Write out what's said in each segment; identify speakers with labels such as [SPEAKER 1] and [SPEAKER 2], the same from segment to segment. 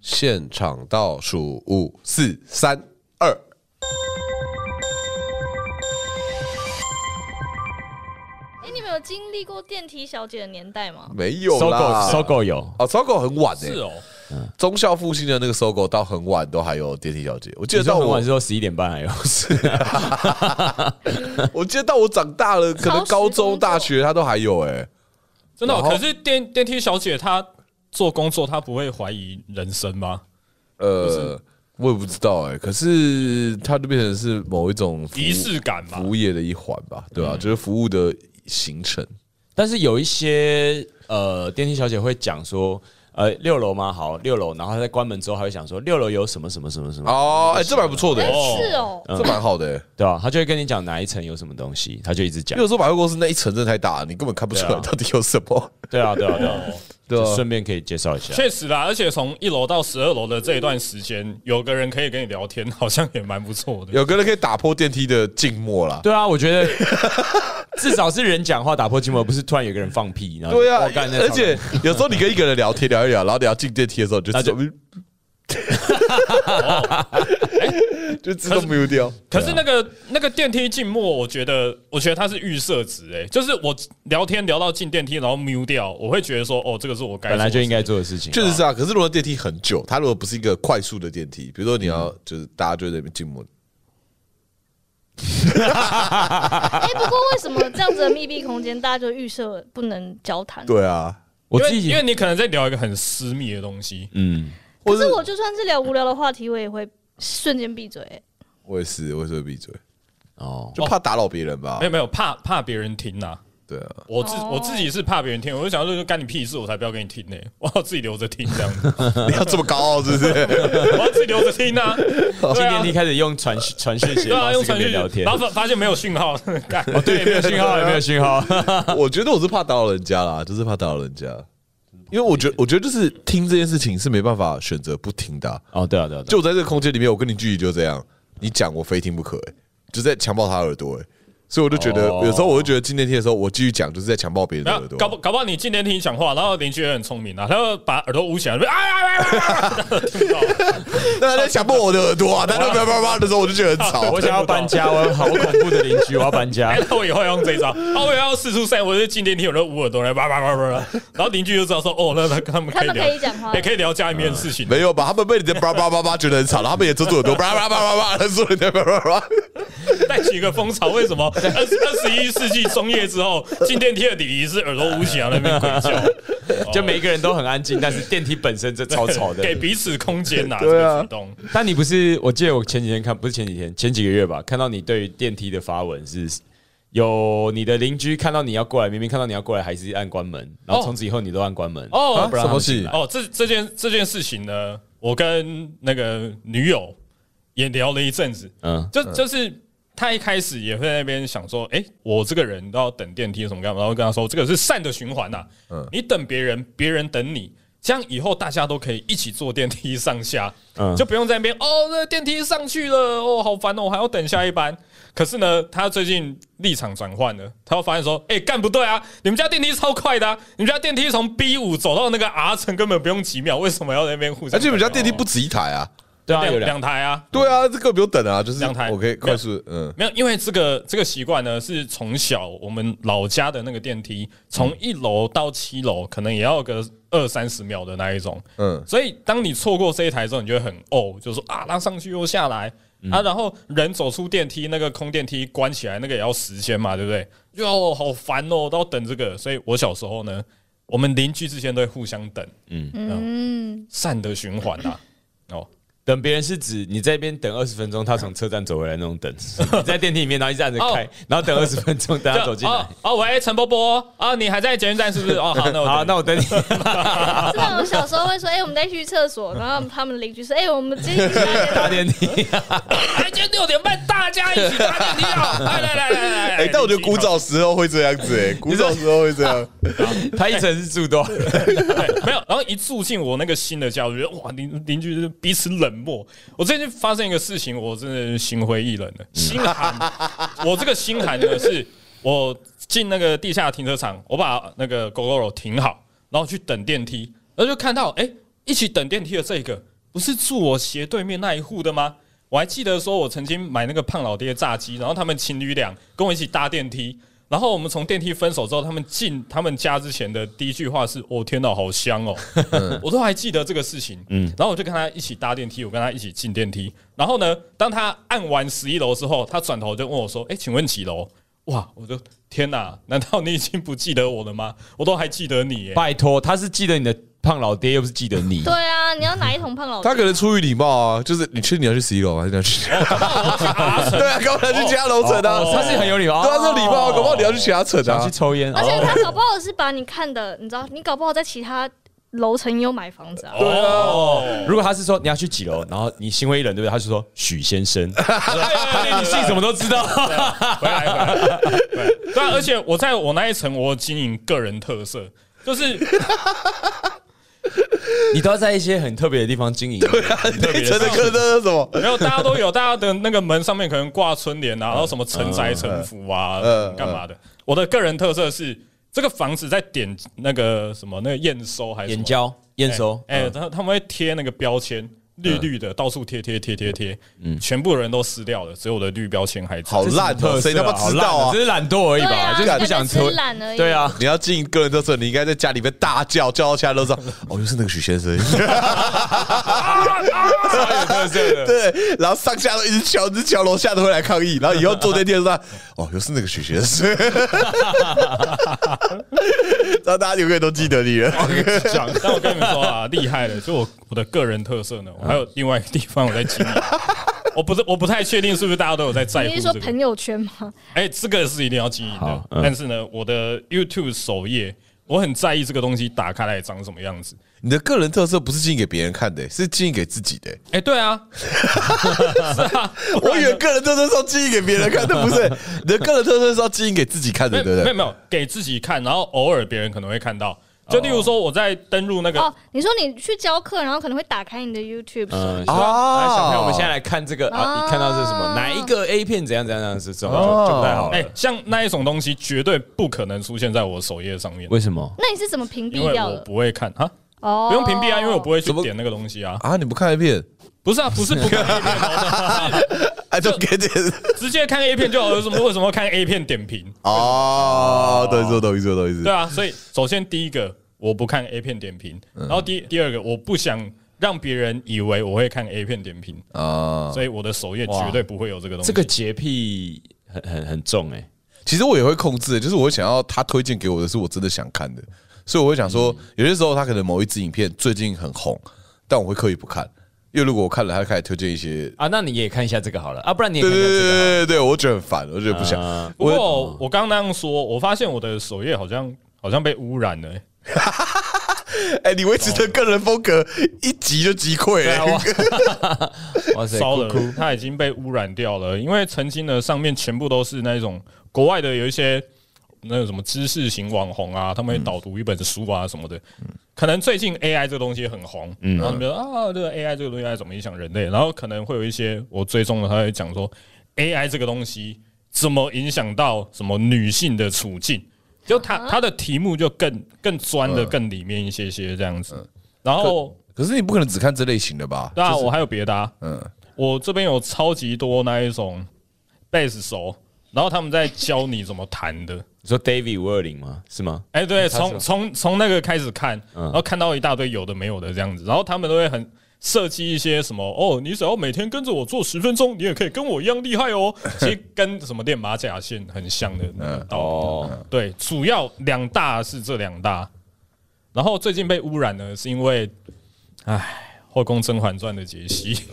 [SPEAKER 1] 现场倒数五、四、三、二。
[SPEAKER 2] 哎、你们有经历过电梯小姐的年代吗？
[SPEAKER 1] 没有
[SPEAKER 3] 搜
[SPEAKER 1] 啦，
[SPEAKER 3] 狗搜狗有，
[SPEAKER 1] 哦，搜狗很晚诶、
[SPEAKER 4] 是 哦，
[SPEAKER 1] 中校复兴的那个搜狗到很晚都还有电梯小姐，我记得
[SPEAKER 3] 你说
[SPEAKER 1] 到
[SPEAKER 3] 很
[SPEAKER 1] 我
[SPEAKER 3] 晚，之后十一点半还有，
[SPEAKER 1] 我记得到我长大了，可能高中、大学他都还有欸诶、
[SPEAKER 4] 真的哦、
[SPEAKER 1] 然后
[SPEAKER 4] 可是电电梯小姐她做工作，她不会怀疑人生吗？
[SPEAKER 1] 呃，我也不知道诶、可是它就变成是某一种服务
[SPEAKER 4] 仪式感嗯嘛
[SPEAKER 1] 服，务业的一环吧，对吧、就是服务的行程。
[SPEAKER 3] 但是有一些呃电梯小姐会讲说，呃六楼吗？好，六楼，然后她在关门之后，还会想说六楼有什么什么什么什么，
[SPEAKER 1] 哦，哎、这蛮不错的、
[SPEAKER 2] 哎、
[SPEAKER 1] 欸，
[SPEAKER 4] 哦
[SPEAKER 2] 是哦，
[SPEAKER 1] 这蛮好的、欸。
[SPEAKER 3] 对啊吧、她就会跟你讲哪一层有什么东西，她就一直讲
[SPEAKER 1] 因为。有时候百货公司那一层真的太大了，你根本看不出来
[SPEAKER 3] 对啊
[SPEAKER 1] 到底有什 么。
[SPEAKER 3] 对啊，对啊，对啊，
[SPEAKER 1] 对啊
[SPEAKER 3] 就顺便可以介绍一下。
[SPEAKER 4] 确实啦。而且从一楼到十二楼的这一段时间，有个人可以跟你聊天， 好像也蛮不错的。
[SPEAKER 1] 有个人可以打破电梯的静默啦。
[SPEAKER 3] 对啊，我觉得至少是人讲话打破静默，不是突然有个人放屁，然后
[SPEAKER 1] 对啊
[SPEAKER 3] 我干，那
[SPEAKER 1] 而且有时候你跟一个人聊天聊一聊，然后你要进电梯的时 候，你就
[SPEAKER 3] 那
[SPEAKER 1] 自
[SPEAKER 3] 就
[SPEAKER 1] 动就自动没有
[SPEAKER 3] 啊
[SPEAKER 1] 掉。
[SPEAKER 4] 可是那个那个电梯静默，我觉得我觉得它是预设值诶、就是我聊天聊到进电梯，然后 mute 掉，我会觉得说哦，这个是我该
[SPEAKER 3] 本来
[SPEAKER 4] 做
[SPEAKER 3] 就
[SPEAKER 4] 的
[SPEAKER 3] 应该做的事情，
[SPEAKER 1] 确实是啊，可是如果电梯很久，它如果不是一个快速的电梯，比如说你要
[SPEAKER 3] 嗯
[SPEAKER 1] 就是大家就在那边静默，
[SPEAKER 3] 啊
[SPEAKER 2] 哎、不过为什么这样子的密闭空间，大家就预设不能交谈？
[SPEAKER 1] 对啊，
[SPEAKER 3] 我
[SPEAKER 4] 因
[SPEAKER 3] 自
[SPEAKER 4] 为
[SPEAKER 3] 己
[SPEAKER 4] 因为你可能在聊一个很私密的东西，
[SPEAKER 3] 嗯，
[SPEAKER 2] 可是我就算是聊无聊的话题，我也会瞬间闭嘴、哎
[SPEAKER 1] 我也是，我也是会闭嘴，
[SPEAKER 3] 哦，
[SPEAKER 1] 就怕打扰别人吧
[SPEAKER 4] 没。有没有怕怕别人听呐、
[SPEAKER 1] 对啊，
[SPEAKER 4] 我自、
[SPEAKER 2] 哦
[SPEAKER 4] 我自己是怕别人听，我就想说就干你屁事，我才不要给你听呢、 我要自己留着听这样子，
[SPEAKER 1] 你要这么高傲是不是？
[SPEAKER 4] 我要自己留着 听呐、啊。
[SPEAKER 3] 今
[SPEAKER 4] 对
[SPEAKER 3] 天
[SPEAKER 4] 啊
[SPEAKER 3] 你，开始用传讯传讯息
[SPEAKER 4] 对
[SPEAKER 3] 的
[SPEAKER 4] 啊，
[SPEAKER 3] 方
[SPEAKER 4] 用
[SPEAKER 3] 式跟
[SPEAKER 4] 程
[SPEAKER 3] 别
[SPEAKER 4] 序
[SPEAKER 3] 人聊天
[SPEAKER 4] 然，后发发现没有 讯号，干哦
[SPEAKER 3] 对，没有信号， 没有信号，
[SPEAKER 1] 我觉得我是怕打扰人家啦，就是怕打扰人家，因为我觉得我觉得就是听这件事情是没办法选择不听的啊、
[SPEAKER 3] 哦，对啊，对啊，就
[SPEAKER 1] 就我在这个空间里面，我跟你距离就这样，你讲我非听不可、欸，就在强暴他耳朵、欸，所以我就觉得、
[SPEAKER 3] 哦
[SPEAKER 1] 有时候我就觉得进电梯的时候，我继续讲就是在强暴别人
[SPEAKER 4] 没
[SPEAKER 1] 的
[SPEAKER 4] 有
[SPEAKER 1] 耳，朵，
[SPEAKER 4] 搞不搞不好你进电梯讲话，然后邻居也很聪明啊，他就把耳朵捂起来，哎哎哎哎哎，听不到。
[SPEAKER 1] 那他在强暴我的耳朵啊，他那叭叭叭的时候，我就觉得很吵
[SPEAKER 3] 我。想要搬家，我有好恐怖的邻居，我要搬家
[SPEAKER 4] 哎，，那我以后要用这一招，啊，我也要四处散，我就进电梯，有人捂耳朵，然后叭叭叭叭叭，然后邻居就知道说，哦，那那他们可以
[SPEAKER 2] 他们可以
[SPEAKER 4] 聊，
[SPEAKER 2] 讲话
[SPEAKER 4] 也可以聊家里面的事情。
[SPEAKER 3] 嗯
[SPEAKER 1] 没有吧？他们被你的叭叭叭叭觉得很吵，然后他们也遮住耳朵，叭叭叭叭叭，他说你的叭叭叭。
[SPEAKER 4] 带起一个风潮，为什么 二二十一世纪中叶之后，进电梯的礼仪是耳朵捂起来那边鬼叫，
[SPEAKER 3] 就每一个人都很安静，但是电梯本身这超吵的
[SPEAKER 4] 给。彼此空间呐、这
[SPEAKER 1] 对啊
[SPEAKER 4] 个举动。
[SPEAKER 3] 但你不是，我记得我前几天看，不是前几天，前几个月吧，看到你对于电梯的发文是。有你的邻居看到你要过来，明明看到你要过来，还是按关门，然后从此以后你都按关门啊
[SPEAKER 4] 哦
[SPEAKER 3] 哦然后不让他们
[SPEAKER 1] 什么
[SPEAKER 3] 进来
[SPEAKER 4] 哦，这这件这件事情呢，我跟那个女友也聊了一阵子，
[SPEAKER 3] 嗯，
[SPEAKER 4] 就就是她一开始也会在那边想说，诶，我这个人都要等电梯什么干嘛，然后跟她说，这个是善的循环呐、啊你等别人，别人等你。这样以后大家都可以一起坐电梯上下，
[SPEAKER 3] 嗯
[SPEAKER 4] 就不用在那边哦，那电梯上去了，哦，好烦哦，我还要等下一班。可是呢，他最近立场转换了，他会发现说，哎、干不对啊，你们家电梯超快的、啊， 你们家电梯从 B 五走到那个 R 层根本不用几秒，为什么要在那边互相？
[SPEAKER 1] 而且我们家电梯不止一台啊，
[SPEAKER 3] 对啊，有
[SPEAKER 4] 两
[SPEAKER 3] 两
[SPEAKER 4] 两台啊，
[SPEAKER 1] 对啊，这个不用等啊，就是
[SPEAKER 4] 两台
[SPEAKER 1] 我可以快速嗯，
[SPEAKER 4] 没有，因为这个这个习惯呢，是从小我们老家的那个电梯，从一楼到七楼，可能也要个二三十秒的那一种。
[SPEAKER 1] 嗯
[SPEAKER 4] 嗯，所以当你错过这一台之后，你就会很哦，就说啊，拉上去又下来、啊，然后人走出电梯，那个空电梯关起来，那个也要时间嘛，对不对？就哦，好烦哦，都要等这个。所以我小时候呢，我们邻居之间都会互相等，
[SPEAKER 2] 嗯，
[SPEAKER 4] 善的循环啊。哦，
[SPEAKER 3] 等别人是指你在那边等二十分钟，他从车站走回来那种 等，你在电梯里面，然后一直按着开，然后等二十分钟，等他走进来
[SPEAKER 4] 哦。哦，喂，陈伯伯啊，你还在捷运站是不是？哦，好，那我
[SPEAKER 3] 好，
[SPEAKER 4] 等你
[SPEAKER 3] 那我等 你。啊
[SPEAKER 2] 是那种小时候会说，哎、我们在去厕所，然后他们邻居说，哎、我们今天去哪里
[SPEAKER 3] 搭电 梯，
[SPEAKER 4] 哎，今天六点半大家一起搭电梯 啊！来来来来来，
[SPEAKER 1] 哎，但我觉得古早时候会这样子，哎，古早时候会这样，
[SPEAKER 3] 他一层是住多少人？
[SPEAKER 4] 对没有，然后一住进我那个新的家，我觉得哇，邻邻居就是彼此冷漠。我最近发生一个事情，我真的心灰意冷了，心寒。我这个心寒呢，是我进那个地下停车场，我把那个 GoGo 停好，然后去等电梯，然后就看到哎、一起等电梯的这一个不是住我斜对面那一户的吗？我还记得说，我曾经买那个胖老爹炸鸡，然后他们情侣俩跟我一起搭电梯，然后我们从电梯分手之后，他们进他们家之前的第一句话是：“哦天哪，好香哦！”
[SPEAKER 3] 嗯
[SPEAKER 4] 我都还记得这个事情。嗯，然后我就跟他一起搭电梯，我跟他一起进电梯。然后呢，当他按完十一楼之后，他转头就问我说：“哎、请问几楼？”哇！我就天哪，难道你已经不记得我了吗？我都还记得你耶。
[SPEAKER 3] 拜托，他是记得你的胖老爹，又不是记得你。
[SPEAKER 2] 对啊，你要哪一桶胖老 爹？
[SPEAKER 1] 他可能出于礼貌啊，就是你去你要去十一楼吗还是你要去？ 对啊，搞不好他去其他楼层啊，
[SPEAKER 3] 他是很有礼貌，
[SPEAKER 1] 对啊，这礼貌，搞不好你要去其他层
[SPEAKER 3] 哦想
[SPEAKER 1] 啊
[SPEAKER 3] 去。抽烟，
[SPEAKER 2] 而且
[SPEAKER 3] 哦
[SPEAKER 2] 他搞不好是把你看的，你知道，你搞不好在其他楼层也有买房子啊。
[SPEAKER 4] 哦，
[SPEAKER 3] 如果他是说你要去几楼，然后你心灰意冷，对不对？他就说许先生， 他 连你姓什么都知道。
[SPEAKER 4] 回来回来。对，但而且我在我那一层，我有经营个人特色，就是
[SPEAKER 3] 你都要在一些很特别的地方经营。
[SPEAKER 1] 那一层的歌那是什么？
[SPEAKER 4] 没有大家都有，大家的那个门上面可能挂春联啊，然后什么城宅城府啊
[SPEAKER 1] 嗯，
[SPEAKER 4] 干嘛的。我的个人特色是，这个房子在点那个什么那个验收还是什
[SPEAKER 3] 眼
[SPEAKER 4] 么
[SPEAKER 3] 交、验收，嗯
[SPEAKER 4] 哎、他他们会贴那个标签，绿
[SPEAKER 1] 嗯
[SPEAKER 4] 绿的，到处贴贴贴贴贴，全部人都撕掉了，只有我的绿标签还在。
[SPEAKER 1] 好烂哦，
[SPEAKER 3] 特色啊
[SPEAKER 1] 谁他妈知道
[SPEAKER 3] 好烂
[SPEAKER 1] 啊
[SPEAKER 3] 只？是懒惰而已
[SPEAKER 2] 对
[SPEAKER 3] 吧，
[SPEAKER 2] 啊，
[SPEAKER 3] 就是不想
[SPEAKER 2] 只是
[SPEAKER 3] 抽。
[SPEAKER 2] 懒而已。
[SPEAKER 3] 对，啊，
[SPEAKER 1] 你要进个人特色，你应该在家里面大叫，叫到其他楼上。哦，又是那个许先生。
[SPEAKER 3] 超有特 色的。
[SPEAKER 1] 对，然后上下都一直敲，一直敲，楼下都会来抗议。然后以后坐电梯的时候，哦，又是那个许先生， 让大家永远都记得你了。
[SPEAKER 4] 讲，但我跟你们说啊，厉害了！就我我的个人特色呢，我
[SPEAKER 1] 嗯
[SPEAKER 4] 还有另外一个地方我在经营。我不是我不太确定是不是大家都有在在
[SPEAKER 2] 你
[SPEAKER 4] 乎
[SPEAKER 2] 是说
[SPEAKER 4] 这个
[SPEAKER 2] 朋。友圈吗？
[SPEAKER 4] 哎、这个是一定要经营的
[SPEAKER 3] 好。嗯
[SPEAKER 4] 但是呢，我的 YouTube 首页，我很在意这个东西打开来长什么样子。
[SPEAKER 1] 你的个人特色不是经营给别人看的、欸是经营给自己的、欸
[SPEAKER 4] 哎、对啊，是啊，不
[SPEAKER 1] 我
[SPEAKER 4] 然
[SPEAKER 1] 以
[SPEAKER 4] 呢
[SPEAKER 1] 为个人特色是要经营给别人看的，不 是、你的个人特色是要经营给自己看
[SPEAKER 4] 没
[SPEAKER 1] 的，对不
[SPEAKER 4] 有没
[SPEAKER 1] 对？
[SPEAKER 4] 有没有给自己看，然后偶尔别人可能会看到。就例如说，
[SPEAKER 1] 哦
[SPEAKER 4] 我在登录那个
[SPEAKER 2] 哦，你说你去教课，然后可能会打开你的
[SPEAKER 4] 呃
[SPEAKER 2] YouTube，
[SPEAKER 3] 嗯，
[SPEAKER 1] 啊
[SPEAKER 3] 来，小朋友，我们现在来看这个啊，
[SPEAKER 2] 啊
[SPEAKER 3] 你看到这是什么？哪一个 A 片怎样怎样怎样是这种
[SPEAKER 1] 哦
[SPEAKER 3] 就就不太好
[SPEAKER 4] 哎、
[SPEAKER 3] 了。
[SPEAKER 4] 像那一种东西绝对不可能出现在我首页上面，
[SPEAKER 3] 为什么？
[SPEAKER 2] 那你是怎么屏
[SPEAKER 4] 因
[SPEAKER 2] 蔽
[SPEAKER 4] 为
[SPEAKER 2] 掉
[SPEAKER 4] 我
[SPEAKER 2] 的？
[SPEAKER 4] 不会看哈，
[SPEAKER 2] 哦，
[SPEAKER 4] 不用屏蔽啊，因为我不会去
[SPEAKER 1] 怎么
[SPEAKER 4] 点那个东西啊。
[SPEAKER 1] 啊，你不看 A 片
[SPEAKER 4] 不是啊，不是不看 A 片哦，
[SPEAKER 1] ？I don't get it。
[SPEAKER 4] 是直接看 A 片就好，有什么为什么要看 A 片点评？
[SPEAKER 1] 哦，懂意思，懂意思，懂意
[SPEAKER 4] 对
[SPEAKER 1] 思。
[SPEAKER 4] 啊，所以首先第一个我不看 A 片点评，然后第第二个我不想让别人以为我会看 A 片点评，
[SPEAKER 1] 啊，
[SPEAKER 4] 所以我的首页绝对不会有这个东西。
[SPEAKER 3] 这个洁癖很很很重哎。
[SPEAKER 1] 其实我也会控制，就是我会想要他推荐给我的是我真的想看的，所以我会想说，
[SPEAKER 3] 嗯
[SPEAKER 1] 有些时候他可能某一支影片最近很红，但我会刻意不看，因为如果我看了，他开始推荐一些，
[SPEAKER 3] 啊，那你也看一下这个好了啊，不然你也
[SPEAKER 1] 对
[SPEAKER 3] 看
[SPEAKER 1] 对
[SPEAKER 3] 一下
[SPEAKER 1] 对
[SPEAKER 3] 这个好了。啊
[SPEAKER 1] 对对对，我觉得很烦，我觉得不想。
[SPEAKER 4] 不
[SPEAKER 1] 我
[SPEAKER 4] 过我刚刚那样说，我发现我的首页好像好像被污染了、欸。
[SPEAKER 1] 哎，你维持的个人风格一急就击溃
[SPEAKER 3] 对啊，
[SPEAKER 1] 了。
[SPEAKER 3] 哇哇塞，
[SPEAKER 4] 烧
[SPEAKER 3] 哭
[SPEAKER 4] 了
[SPEAKER 3] 哭，
[SPEAKER 4] 它已经被污染掉了。因为曾经的上面全部都是那种国外的有一些那个什么知识型网红啊，他们会导读一本书啊什么的。可能最近 AI 这个东西很红，然后你们就啊，这个 AI 这个东西要怎么影响人类？然后可能会有一些我追踪的，他会讲说 AI 这个东西怎么影响到什么女性的处境。就他他的题目就更更钻的更里面一些些这样子，然后
[SPEAKER 1] 可是你不可能只看这类型的吧？
[SPEAKER 4] 对啊，我还有别的啊，
[SPEAKER 1] 嗯，
[SPEAKER 4] 我这边有超级多那一种贝斯手，然后他们在教你怎么弹的。
[SPEAKER 3] 你说 David 五二零吗？是吗？
[SPEAKER 4] 哎、对，
[SPEAKER 3] 嗯他是嗯
[SPEAKER 4] 从从从那个开始看，然后看到一大堆有的没有的这样子，然后他们都会很设计一些什么哦，你只要每天跟着我做十分钟，你也可以跟我一样厉害 哦。其实跟什么练马甲线很像的那个道理。
[SPEAKER 3] 哦，
[SPEAKER 4] 对，主要两大是这两大，然后最近被污染呢，是因为，唉，《后宫甄嬛传》的解析。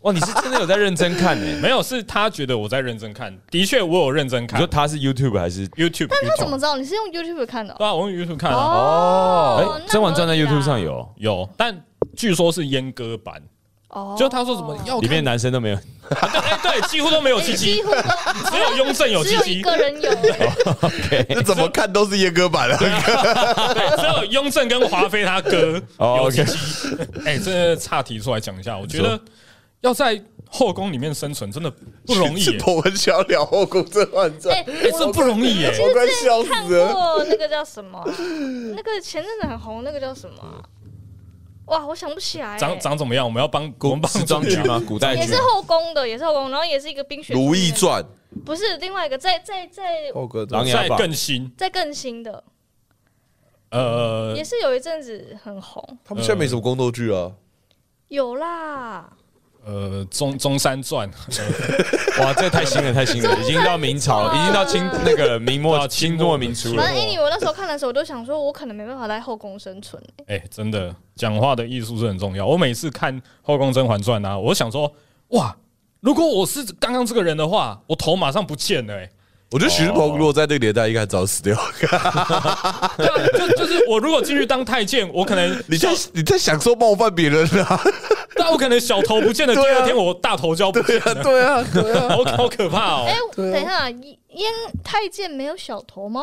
[SPEAKER 3] 哇，你是真的有在认真看 哎？
[SPEAKER 4] 没有，是他觉得我在认真看。的确，我有认真
[SPEAKER 3] 你
[SPEAKER 4] 看
[SPEAKER 3] 说。他是 YouTube 还是？
[SPEAKER 4] YouTube，
[SPEAKER 2] 但他
[SPEAKER 4] YouTube
[SPEAKER 2] 怎么知道你是用 YouTube 看的哦？
[SPEAKER 4] 对啊，我用 YouTube 看啊，
[SPEAKER 2] 哦
[SPEAKER 3] 哎
[SPEAKER 2] 那合理，啊
[SPEAKER 3] 甄嬛传在 YouTube 上有，
[SPEAKER 4] 有，但据说是阉割版，
[SPEAKER 2] 哦，
[SPEAKER 4] 就他说什么要
[SPEAKER 3] 里面男生都没有。
[SPEAKER 4] 看，对哎对，几乎都没有
[SPEAKER 2] 哎
[SPEAKER 4] 鸡鸡
[SPEAKER 2] 几，乎 都
[SPEAKER 4] 只有雍正有
[SPEAKER 2] 只
[SPEAKER 4] 鸡
[SPEAKER 2] 有一
[SPEAKER 4] 鸡，
[SPEAKER 2] 个人 有，哎
[SPEAKER 1] 哎那怎么看都是阉割版啊的。
[SPEAKER 4] 对，只有雍正跟华妃 他哥
[SPEAKER 3] 哦
[SPEAKER 4] 有鸡
[SPEAKER 3] OK
[SPEAKER 4] 鸡。哎，真的岔题出来讲一下，我觉得要在后宫里面生存真的不容易耶，
[SPEAKER 1] 我们想要聊后宫甄嬛传
[SPEAKER 2] 哎，
[SPEAKER 4] 哎，真的不容易耶。
[SPEAKER 1] 我快笑
[SPEAKER 2] 看
[SPEAKER 1] 死了。
[SPEAKER 2] 过那个叫什么啊？那个前阵子很红，那个叫什么啊？哇，我想不起来、
[SPEAKER 4] 长
[SPEAKER 2] 欸，
[SPEAKER 4] 长怎么样？我们要帮我们帮
[SPEAKER 3] 是装
[SPEAKER 4] 助
[SPEAKER 3] 剧
[SPEAKER 4] 你
[SPEAKER 3] 吗？古代
[SPEAKER 2] 也
[SPEAKER 3] 剧
[SPEAKER 2] 是后宫的，也是后宫，然后也是一个冰雪
[SPEAKER 1] 《如懿
[SPEAKER 2] 奇缘
[SPEAKER 1] 传》
[SPEAKER 2] 不是另外一个，在在在
[SPEAKER 1] 豹哥
[SPEAKER 3] 狼
[SPEAKER 2] 啊
[SPEAKER 3] 牙
[SPEAKER 4] 再
[SPEAKER 3] 棒
[SPEAKER 4] 更新，
[SPEAKER 2] 在更新的，
[SPEAKER 4] 呃
[SPEAKER 2] 也，是有一阵子很红，
[SPEAKER 1] 他们现在没什么宫斗剧啊，
[SPEAKER 2] 有啦，
[SPEAKER 4] 呃，中中山传，
[SPEAKER 3] 哇，这太新了，太新了，已经到明朝，已经到清那个明末
[SPEAKER 4] 到
[SPEAKER 3] 清
[SPEAKER 4] 清
[SPEAKER 3] 末
[SPEAKER 4] 末
[SPEAKER 3] 明初
[SPEAKER 2] 反
[SPEAKER 3] 了
[SPEAKER 2] 正。anyway，我那时候看的时候，我都想说，我可能没办法在后宫生存、欸
[SPEAKER 4] 哎、真的，讲话的艺术是很重要。我每次看《后宫甄嬛传》啊，我想说，哇，如果我是刚刚这个人的话，我头马上不见了、哎，
[SPEAKER 1] 我觉得徐志鹏如果在那个年代，应该很早死掉。
[SPEAKER 4] 对啊就就是我如果进去当太监，我可能
[SPEAKER 1] 你在你在享受冒犯别人 啊？
[SPEAKER 4] 但我可能小头不见了，第
[SPEAKER 1] 对啊
[SPEAKER 4] 二天我大头就要不见了，
[SPEAKER 1] 对啊，对啊。
[SPEAKER 4] 好好可怕哦、
[SPEAKER 2] 哎、等一下，燕太监没有小头吗？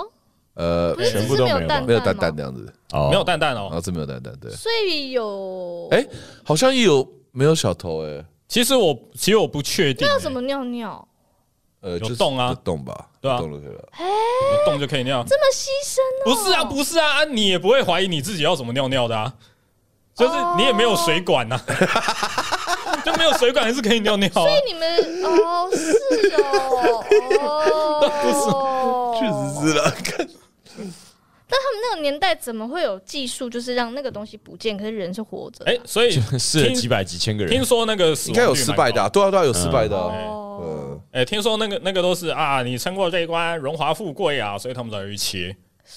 [SPEAKER 1] 呃
[SPEAKER 2] 不，是，
[SPEAKER 3] 全
[SPEAKER 2] 只
[SPEAKER 3] 部
[SPEAKER 2] 是
[SPEAKER 3] 都
[SPEAKER 2] 没有
[SPEAKER 3] 没有
[SPEAKER 2] 蛋
[SPEAKER 1] 没有蛋
[SPEAKER 2] 蛋
[SPEAKER 1] 蛋
[SPEAKER 2] 吗
[SPEAKER 1] 这样子，
[SPEAKER 3] 哦
[SPEAKER 4] 没有蛋蛋哦、
[SPEAKER 1] 然后是没有蛋蛋，对。
[SPEAKER 2] 所以有
[SPEAKER 1] 哎，好像也有没有小头哎，
[SPEAKER 4] 其实我其实我不确定、
[SPEAKER 2] 那
[SPEAKER 4] 哎
[SPEAKER 2] 要怎么尿尿？
[SPEAKER 1] 呃，
[SPEAKER 4] 有
[SPEAKER 1] 就是
[SPEAKER 4] 洞啊
[SPEAKER 1] 就洞吧，
[SPEAKER 4] 对啊
[SPEAKER 1] 有洞就可以了。
[SPEAKER 4] 有动就可以尿？
[SPEAKER 2] 这么牺牲哦？
[SPEAKER 4] 不是啊，不是啊，啊你也不会怀疑你自己要怎么尿尿的啊，就是
[SPEAKER 2] 哦
[SPEAKER 4] 你也没有水管 呐、啊，就没有水管还是可以尿尿啊。
[SPEAKER 2] 所以哎你们哦，是哦，哦，
[SPEAKER 1] 确实是了，看
[SPEAKER 2] 但他们那个年代怎么会有技术，就是让那个东西不见，可是人是活着的？
[SPEAKER 4] 哎、所 以
[SPEAKER 3] 试了
[SPEAKER 4] 听
[SPEAKER 3] 几百几千个人
[SPEAKER 4] 听，说那个死
[SPEAKER 1] 应
[SPEAKER 4] 亡
[SPEAKER 1] 该有
[SPEAKER 4] 率蛮
[SPEAKER 1] 失败的啊，对啊，对啊，有失败的啊。
[SPEAKER 2] 哦，
[SPEAKER 1] 呃，
[SPEAKER 4] 高的。哎、听说那个那个都是啊，你撑过这一关，荣华富贵啊，所以他们才会去切，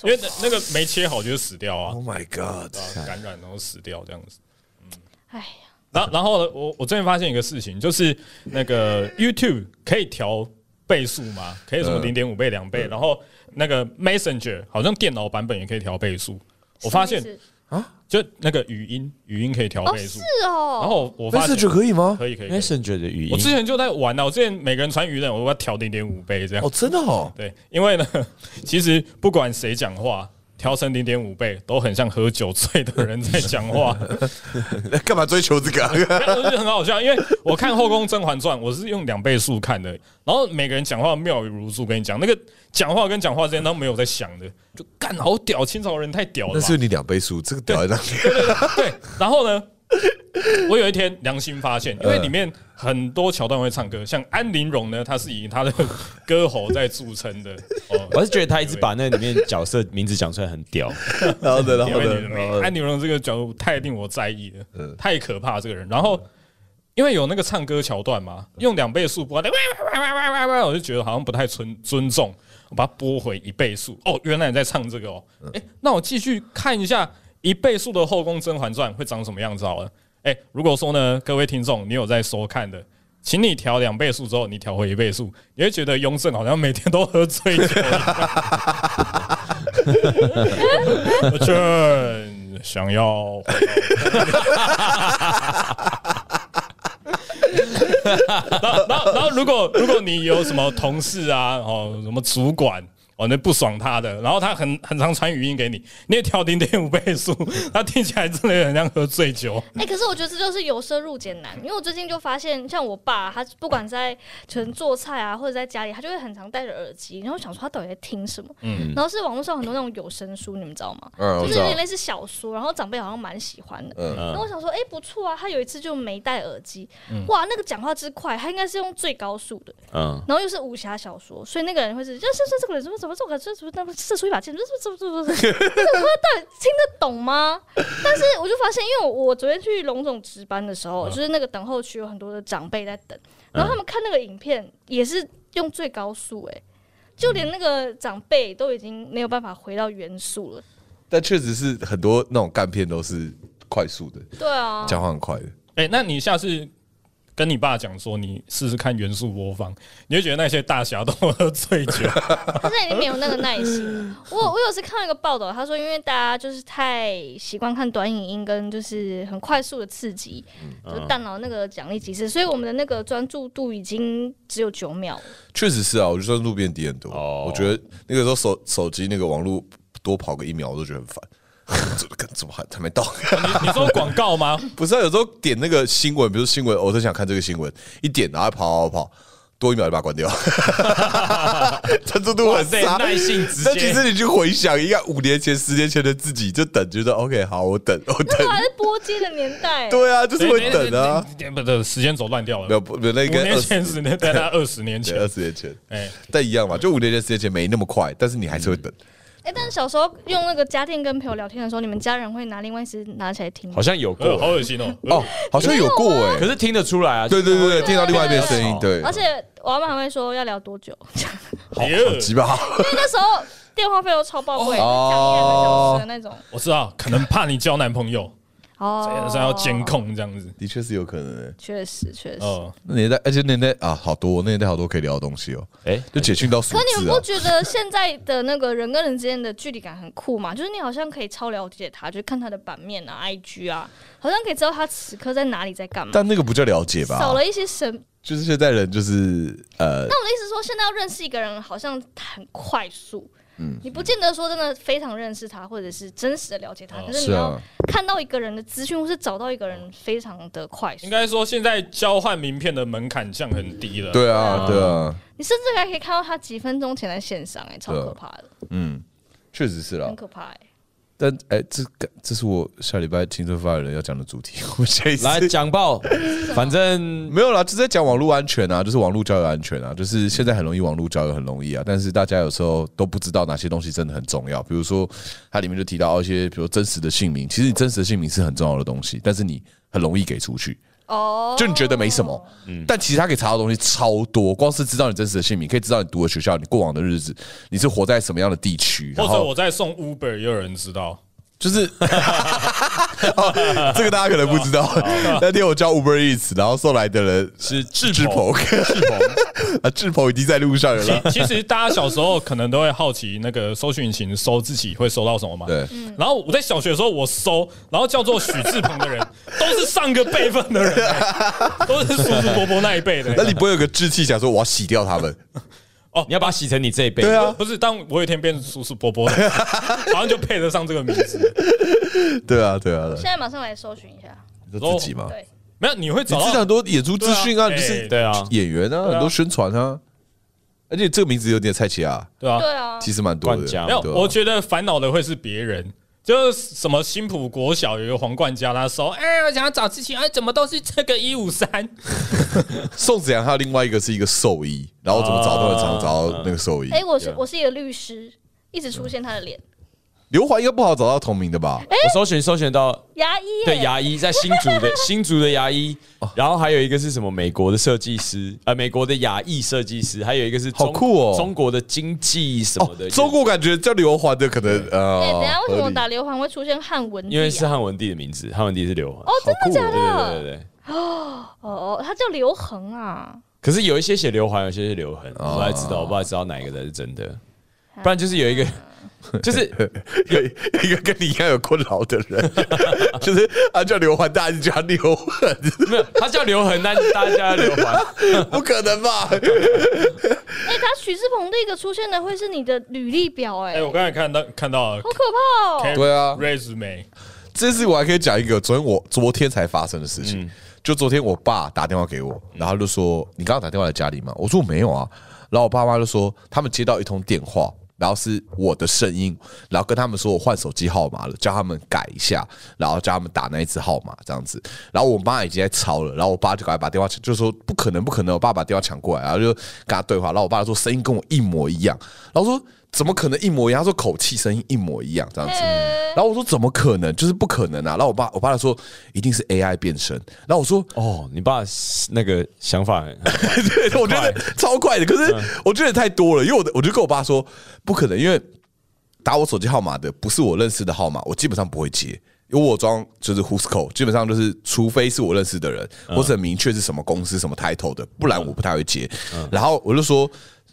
[SPEAKER 4] 因为那那个没切好就是死掉啊
[SPEAKER 1] Oh，my God！
[SPEAKER 4] 啊感染然后死掉这样子。
[SPEAKER 2] 哎呀，
[SPEAKER 4] 然后然后呢我我最近发现一个事情，就是那个 YouTube 可以调倍速吗？可以什么
[SPEAKER 1] 嗯
[SPEAKER 4] 零点五倍、两倍，然后那个 Messenger 好像电脑版本也可以调倍速。我发现
[SPEAKER 2] 什么意思
[SPEAKER 4] 就那个语音语音可以调
[SPEAKER 2] 哦，
[SPEAKER 4] 倍速
[SPEAKER 2] 是，
[SPEAKER 4] 然
[SPEAKER 2] 哦，
[SPEAKER 4] 后我发现
[SPEAKER 1] Messenger 可以吗？
[SPEAKER 4] 可以可以可以。
[SPEAKER 3] Messenger 的语音
[SPEAKER 4] 我之前就在玩啊，我之前每个人传语音，我要调零点五倍这样
[SPEAKER 1] 哦，。真的哦。
[SPEAKER 4] 对，因为呢， 其实不管谁讲话，调成零点五倍都很像喝酒醉的人在 讲话，
[SPEAKER 1] 干嘛追求这个啊？
[SPEAKER 4] 然后就很好笑。因为我看《后宫甄嬛传》，我是用两倍速看的，然后每个人讲话妙语如珠，跟你讲那个讲话跟讲话之间都没有在想的，就干好屌，清朝人太屌了
[SPEAKER 1] 那
[SPEAKER 4] 吧
[SPEAKER 1] 是因为你两倍速，这个屌在哪里？
[SPEAKER 4] 对，然后呢，我有一天良心发现，因为里面很多桥段会唱歌，像安陵容呢，她是以她的歌喉在著称的。哦，
[SPEAKER 3] 我还是觉得他一直把那里面角色名字讲出来很屌，
[SPEAKER 1] 然后呢，然
[SPEAKER 4] 因
[SPEAKER 1] 后
[SPEAKER 4] 为
[SPEAKER 1] 呢，
[SPEAKER 4] 你
[SPEAKER 1] 然后呢
[SPEAKER 4] 安陵容这个角度太令我在意了
[SPEAKER 1] 嗯，
[SPEAKER 4] 太可怕这个人。然后因为有那个唱歌桥段嘛，用两倍速播，哇哇哇哇哇哇，我就觉得好像不太尊尊重，我把它拨回一倍速。哦，原来你在唱这个哦，
[SPEAKER 1] 嗯
[SPEAKER 4] 诶，那我继续看一下一倍速的《后宫甄嬛传》会长什么样子好了。诶，如果说呢，各位听众你有在收看的。请你调两倍速之后，你调回一倍速，你会觉得雍正好像每天都喝醉酒一样。我正想要回 到。然后，然后，然后，如果如果你有什么同事啊，哦，什么主管，哦，那不爽他的，然后他很很常传语音给你，你也调零点五倍速，他听起来真的很像喝醉酒。
[SPEAKER 2] 哎，可是我觉得这就是由奢入俭难，因为我最近就发现，像我爸，他不管在全做菜啊，或者在家里，他就会很常戴着耳机，然后想说他到底在听什么，然后是网络上很多那种有声书，你们知道吗？
[SPEAKER 1] 嗯，
[SPEAKER 2] 就
[SPEAKER 1] 我
[SPEAKER 2] 是
[SPEAKER 1] 知
[SPEAKER 2] 有
[SPEAKER 1] 道
[SPEAKER 2] 点。类似小说，然后长辈好像蛮喜欢的。
[SPEAKER 1] 嗯，
[SPEAKER 2] 然后
[SPEAKER 3] 嗯，
[SPEAKER 2] 我想说，哎、不错啊，他有一次就没戴耳机，哇，那个讲话之快，他应该是用最高速的，
[SPEAKER 3] 嗯，
[SPEAKER 2] 然后又是武侠小说，所以那个人会是，这这这这个人怎么怎么怎么怎么怎么射出一把剑，怎么怎么怎么怎么，怎么到底听得懂吗？但是我就发现，因为我我昨天去龙总值班的时候，就是那个等候区有很多的长辈在等，然后他们看那个影片也是用最高速、哎。就连那个长辈都已经没有办法回到原速了，
[SPEAKER 1] 但确实是很多那种干片都是快速的，
[SPEAKER 2] 对
[SPEAKER 4] 哦
[SPEAKER 2] 啊，
[SPEAKER 1] 讲话很快的。
[SPEAKER 4] 哎、那你下次跟你爸讲说，你试试看原速播放，你会觉得那些大侠都 喝醉酒。
[SPEAKER 2] 他现在已经没有那个耐心了。我我有次看到一个报道，他说因为大家就是太习惯看短影音跟就是很快速的刺激，就大脑那个奖励机制，所以我们的那个专注度已经只有九秒了。
[SPEAKER 1] 确实是啊，我就算路边低很多。
[SPEAKER 3] 哦
[SPEAKER 1] 我觉得那个时候手手机那个网络多跑个一秒，我都觉得很烦。 怎么怎么还还没到？
[SPEAKER 4] 你说广 告吗？
[SPEAKER 1] 哦不是、啊，有时候点那个新闻，比如新闻，我都想看这个新闻，一点然后跑跑跑，多一秒就把它 关掉，专注度很差，
[SPEAKER 4] 哇塞耐性直接
[SPEAKER 1] 但其实你去回想一下五年前、十年前的自己，就等，觉得 OK，好，我等，我等
[SPEAKER 2] 那，还是哎波接的年 代，
[SPEAKER 1] 嗯对啊， 就是会等啊。
[SPEAKER 4] 对，对对对不对，时间轴乱掉了。
[SPEAKER 1] 没有，不，没有那
[SPEAKER 4] 五
[SPEAKER 1] 跟
[SPEAKER 4] 年
[SPEAKER 1] 二十
[SPEAKER 4] 前、十年，大概二十年
[SPEAKER 1] 对二
[SPEAKER 4] 前，
[SPEAKER 1] 十年前，
[SPEAKER 4] 哎，
[SPEAKER 1] 但一样嘛，就五年前、十年前没那么快，但是你还是会等。
[SPEAKER 2] 哎、但是小时候用那个家电跟朋友聊天的时候，你们家人会拿另外一只拿起来听吗
[SPEAKER 3] 好？像有
[SPEAKER 4] 呃好
[SPEAKER 3] 过，
[SPEAKER 4] 恶心哦。
[SPEAKER 1] 哦，好像有过哎、
[SPEAKER 3] 可是听得出来啊。
[SPEAKER 1] 对对对对，哦听到另外一边声
[SPEAKER 3] 对
[SPEAKER 1] 音
[SPEAKER 3] 对，
[SPEAKER 1] 对，
[SPEAKER 2] 而且我阿妈还会说要聊多久， 因
[SPEAKER 4] 好
[SPEAKER 1] 几百号，
[SPEAKER 2] 为那时候电话费都超爆贵，讲一两个小
[SPEAKER 1] 哦
[SPEAKER 2] 时的那种。
[SPEAKER 4] 我知道，可能怕你交男朋友，
[SPEAKER 2] 哦，
[SPEAKER 4] 所以要监。控这样子。
[SPEAKER 1] 的确是有可能、欸。
[SPEAKER 2] 确实，确实。
[SPEAKER 4] 哦，
[SPEAKER 1] 那年代，而且那年代啊，好多那年代好多可以聊的东西哦、
[SPEAKER 3] 哎，
[SPEAKER 1] 就解禁到数
[SPEAKER 2] 可你
[SPEAKER 1] 字
[SPEAKER 2] 们不
[SPEAKER 1] 啊。
[SPEAKER 2] 觉得现在的那个人跟人之间的距离感很酷吗？ 就是你好像可以超了解他，就是看他的版面啊、IG 啊，好像可以知道他此刻在哪里在干嘛。
[SPEAKER 1] 但那个不叫了解吧？
[SPEAKER 2] 少了一些神。
[SPEAKER 1] 就是现在人就是呃，
[SPEAKER 2] 那我的意思是说，现在要认识一个人好像很快速，嗯，你不见得说真的非常认识他，或者是真实的了解他，可是
[SPEAKER 1] 是
[SPEAKER 2] 你要
[SPEAKER 1] 啊，哦
[SPEAKER 2] 看到一个人的资讯，或是找到一个人非常的快速
[SPEAKER 4] 应。该说现在交换名片的门槛降很低了。
[SPEAKER 1] 对啊，对啊，
[SPEAKER 2] 你甚至还可以看到他几分钟前在线上、哎，超
[SPEAKER 1] 对啊啊
[SPEAKER 2] 可怕的，
[SPEAKER 1] 嗯，确实是啦
[SPEAKER 2] 很。可怕、哎。
[SPEAKER 1] 但哎、这个这是我下礼拜青春发人要讲的主题，我下一次
[SPEAKER 3] 来讲爆，反正
[SPEAKER 1] 没有啦，就是在讲网络安全啊，就是网络交友安全啊，就是现在很容易网络交友很容易啊，但是大家有时候都不知道哪些东西真的很重要。比如说，它里面就提到一些，比如真实的姓名，其实你真实的姓名是很重要的东西，但是你很容易给出去，
[SPEAKER 2] 哦，
[SPEAKER 1] 就你觉得没什么，
[SPEAKER 4] 嗯
[SPEAKER 1] 但其实他可以查到的东西超多，光是知道你真实的姓名，可以知道你读的学校、你过往的日子，你是活在什么样的地区，
[SPEAKER 4] 或
[SPEAKER 1] 然
[SPEAKER 4] 者
[SPEAKER 1] 后
[SPEAKER 4] 我在送 Uber 也有人知道，
[SPEAKER 1] 就是 哦这个大家可能不知道。那天我叫 Uber Eats，然后送来的人
[SPEAKER 3] 是智
[SPEAKER 1] 志
[SPEAKER 3] 鹏
[SPEAKER 1] 鹏，啊，志鹏已经在路上了 啦。
[SPEAKER 4] 其其实大家小时候可能都会好奇那个搜寻引擎搜自己会搜到什么嘛。
[SPEAKER 1] 对，
[SPEAKER 4] 然后我在小学的时候，我搜，然后叫做许志鹏 的人，都是上个辈分的人、欸都是叔叔伯伯那一辈的、
[SPEAKER 1] 那你不会有个志气想说我要洗掉他们？
[SPEAKER 3] 你要把它洗成你这一辈。
[SPEAKER 1] 对啊
[SPEAKER 4] 不是，当我有一天变叔叔伯伯 的，好像就配得上这个名字。
[SPEAKER 1] 对啊，对啊，对啊
[SPEAKER 2] 哦现在马上来搜寻一下，
[SPEAKER 1] 你说自己嘛，
[SPEAKER 2] 对，
[SPEAKER 4] 没有，你会
[SPEAKER 1] 你
[SPEAKER 4] 找
[SPEAKER 1] 知道
[SPEAKER 4] 到
[SPEAKER 1] 很多演出资讯啊，
[SPEAKER 4] 对啊
[SPEAKER 1] 你就是
[SPEAKER 3] 对啊，
[SPEAKER 1] 演员啊，
[SPEAKER 4] 啊
[SPEAKER 1] 很多宣传啊，而且这个名字有点菜奇啊，
[SPEAKER 4] 对啊，
[SPEAKER 2] 对啊，
[SPEAKER 1] 其实蛮多的
[SPEAKER 3] 冠。家
[SPEAKER 4] 没有，
[SPEAKER 1] 对啊
[SPEAKER 4] 我觉得烦恼的会是别人。就是什么新浦国小有一个皇冠家，他说：“哎、我想要找自己，哎，怎么都是这个一五三？
[SPEAKER 1] 宋子阳还有另外一个是一个兽医，然后怎么找都很常找到那个兽医。
[SPEAKER 2] 哎、我是我是一个律师，一直出现他的脸，
[SPEAKER 1] 刘华应该不好找到同名的吧？
[SPEAKER 2] 哎
[SPEAKER 3] 我搜寻搜寻到
[SPEAKER 2] 牙医、
[SPEAKER 3] 对
[SPEAKER 2] 哎
[SPEAKER 3] 牙医，在新竹 的新竹的牙医，
[SPEAKER 1] 哦
[SPEAKER 3] 然后还有一个是什么美国的设计师，呃，美国的牙医设计师，还有一个是中
[SPEAKER 1] 好酷哦
[SPEAKER 3] 中国的经济什么的，
[SPEAKER 1] 哦，中国感觉叫刘华的可能呃，
[SPEAKER 2] 哎、等一下为什
[SPEAKER 1] 合
[SPEAKER 2] 么
[SPEAKER 1] 理
[SPEAKER 2] 打刘环会出现汉文、啊？
[SPEAKER 3] 因为是汉文帝的名字，汉文帝是刘华。
[SPEAKER 2] 哦，真的假
[SPEAKER 3] 对对对
[SPEAKER 2] 的？
[SPEAKER 3] 对对。
[SPEAKER 2] 哦，他叫刘恒啊，
[SPEAKER 3] 可是有一些写刘环，有些是刘恒，我
[SPEAKER 1] 哦
[SPEAKER 3] 不太知道，我不太知道哪一个才是真的。
[SPEAKER 2] 啊
[SPEAKER 3] 不然就是 有一个，就是
[SPEAKER 1] 有 一个跟你一样有困扰的人， 就是他叫刘环，大家就叫他刘环，
[SPEAKER 3] 没有他叫刘恒，但是大家叫他刘
[SPEAKER 1] 哦
[SPEAKER 3] 环。
[SPEAKER 1] 不可能吧？
[SPEAKER 2] 哎、他许志鹏第一个出现的会是你的履历表、哎、
[SPEAKER 4] 哎、我刚才看到看到了
[SPEAKER 2] 好可怕哦、
[SPEAKER 4] Karen
[SPEAKER 1] 对啊
[SPEAKER 4] resume，
[SPEAKER 1] 这次我还可以讲一个，昨天我昨天才发生的事情。就昨天我爸打电话给我，然后就说：“你刚刚打电话来家里吗？”我说：“我没有啊。”然后我爸妈就说：“他们接到一通电话，然后是我的声音，然后跟他们说我换手机号码了，叫他们改一下，然后叫他们打那一次号码这样子。”然后我妈已经在吵了，然后我爸就赶快把电话就说：“不可能，不可能！”我爸把电话抢过来，然后就跟他对话。然后我爸就说：“声音跟我一模一样。”然后我说：“怎么可能一模一样？”他说：“口气、声音一模一样这样子。”然后我说怎么可能？就是不可能啊！然后我爸我爸就说一定是 AI 变身。然后我说
[SPEAKER 3] 哦，你爸是那个想法很
[SPEAKER 1] 对，我觉得超快嗯的，可是我觉得太多了，因为我的我就跟我爸说不可能，因为打我手机号码的不是我认识的号码，我基本上不会接。因为我装就是 Who'sco，基本上就是，除非是我认识的人，或是很明确是什么公司、什么 title 的，不然我不太会接。然后我就说，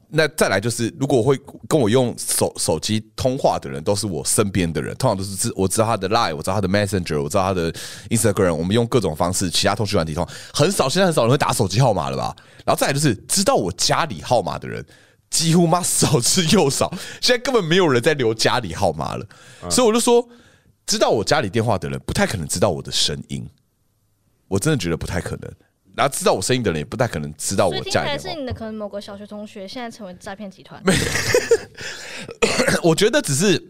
[SPEAKER 1] 那再来就是，如果我会跟我用手手机通话的人，都是我身边的人，通常都是知我知道他的 Line，我知道他的 Messenger，我知道他的 Instagram，我们用各种方式，其他通讯软体通，很少，现在很少人会打手机号码了吧？然后再来就是，知道我家里号码的人。几乎妈少之又少，现在根本没有人在留家里号码了，所以我就说，知道我家里电话的人不太可能知道我的声音，我真的觉得不太可能。然后知道我声音的人也不太可能知道
[SPEAKER 2] 所
[SPEAKER 1] 我
[SPEAKER 2] 以听起
[SPEAKER 1] 家里
[SPEAKER 2] 来
[SPEAKER 1] 面
[SPEAKER 2] 是
[SPEAKER 1] 有
[SPEAKER 2] 你的可能某个小学同学现在成为诈骗集团，
[SPEAKER 1] 猫。我觉得只是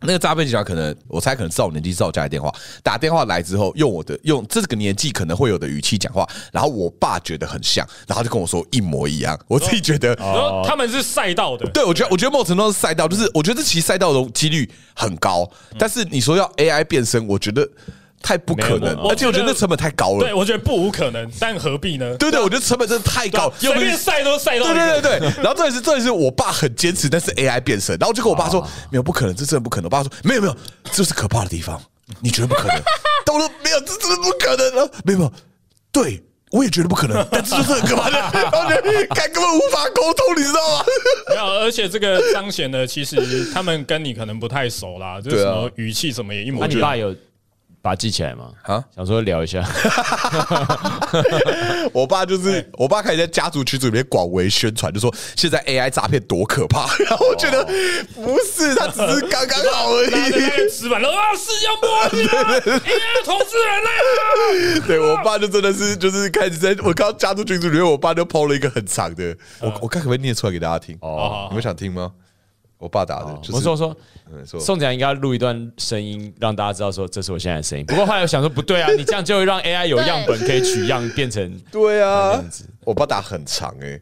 [SPEAKER 1] 那个诈骗集团可能，我猜可能知道我年纪，知道我家里电话，打电话来之后，用我的用这个年纪可能会有的语气讲话，然后我爸觉得很像，然后他就跟我说一模一样，我自己觉得。
[SPEAKER 4] 然后他们是赛道的，
[SPEAKER 1] 对，我觉得我觉得某种程度上是赛道，就是我觉得其实赛道的几率很高，
[SPEAKER 4] 嗯
[SPEAKER 1] 但是你说要 AI 变身，我觉得太不可
[SPEAKER 3] 没
[SPEAKER 1] 能
[SPEAKER 3] 有，
[SPEAKER 4] 我
[SPEAKER 1] 而且我觉得
[SPEAKER 4] 觉得
[SPEAKER 1] 那成本太高了
[SPEAKER 4] 对。我觉得不无可能，但何必呢？
[SPEAKER 1] 对对，我觉得成本真的太高，
[SPEAKER 4] 啊随
[SPEAKER 1] 尤其
[SPEAKER 4] 便
[SPEAKER 1] 是
[SPEAKER 4] 赛都赛到
[SPEAKER 1] 对
[SPEAKER 4] 一个，
[SPEAKER 1] 对对对，然后这也是这也是我爸很坚持，但是 AI 变身，然后就跟我爸说
[SPEAKER 4] 啊
[SPEAKER 1] 没有不可能，这真的不可能。我爸说没有没有，这是可怕的地方，你觉得不可能？ 但我说没有，这真的不可能。然后没有没有，对我也觉得不可能，但这就是很可怕的地 方，看根本无法沟通，你知道吗？
[SPEAKER 4] 没有，而且这个彰显的其实他们跟你可能不太熟啦，就是
[SPEAKER 1] 对
[SPEAKER 4] 什
[SPEAKER 1] 啊
[SPEAKER 4] 么语气什么也一模
[SPEAKER 3] 那
[SPEAKER 4] 一
[SPEAKER 3] 啊你
[SPEAKER 4] 样。
[SPEAKER 3] 爸有把它记起来吗？
[SPEAKER 1] 啊
[SPEAKER 3] 啊，想说聊一下，
[SPEAKER 1] 我爸
[SPEAKER 3] 哎
[SPEAKER 1] 就是我爸开始在家族群组里面广为宣传，就说现在 AI 诈骗多可怕。 然后我觉得
[SPEAKER 3] 哦
[SPEAKER 1] 不是，他只是刚刚好 而
[SPEAKER 4] 拉着那
[SPEAKER 1] 已。
[SPEAKER 4] 个纸板，然后啊，是要摸你了，哎呀，投资人来了。
[SPEAKER 1] 对我爸就真的是就是开始在我刚家族群组里面，我爸就抛了一个很长的，我
[SPEAKER 3] 嗯
[SPEAKER 1] 我看可不可以念出来给大家听？
[SPEAKER 4] 好
[SPEAKER 1] 哦
[SPEAKER 4] 好，
[SPEAKER 1] 你们想听吗？我爸打的， 就
[SPEAKER 3] 哦我
[SPEAKER 1] 是
[SPEAKER 3] 说我说。
[SPEAKER 1] 嗯说
[SPEAKER 3] 宋子阳应该要录一段声音，让大家知道说这是我现在的声音。不过后来我想说，不对啊，你这样 就会让 AI 有样本可以取样，变成
[SPEAKER 1] 对
[SPEAKER 3] 那
[SPEAKER 1] 啊
[SPEAKER 3] 样子，
[SPEAKER 1] 我爸打很长哎、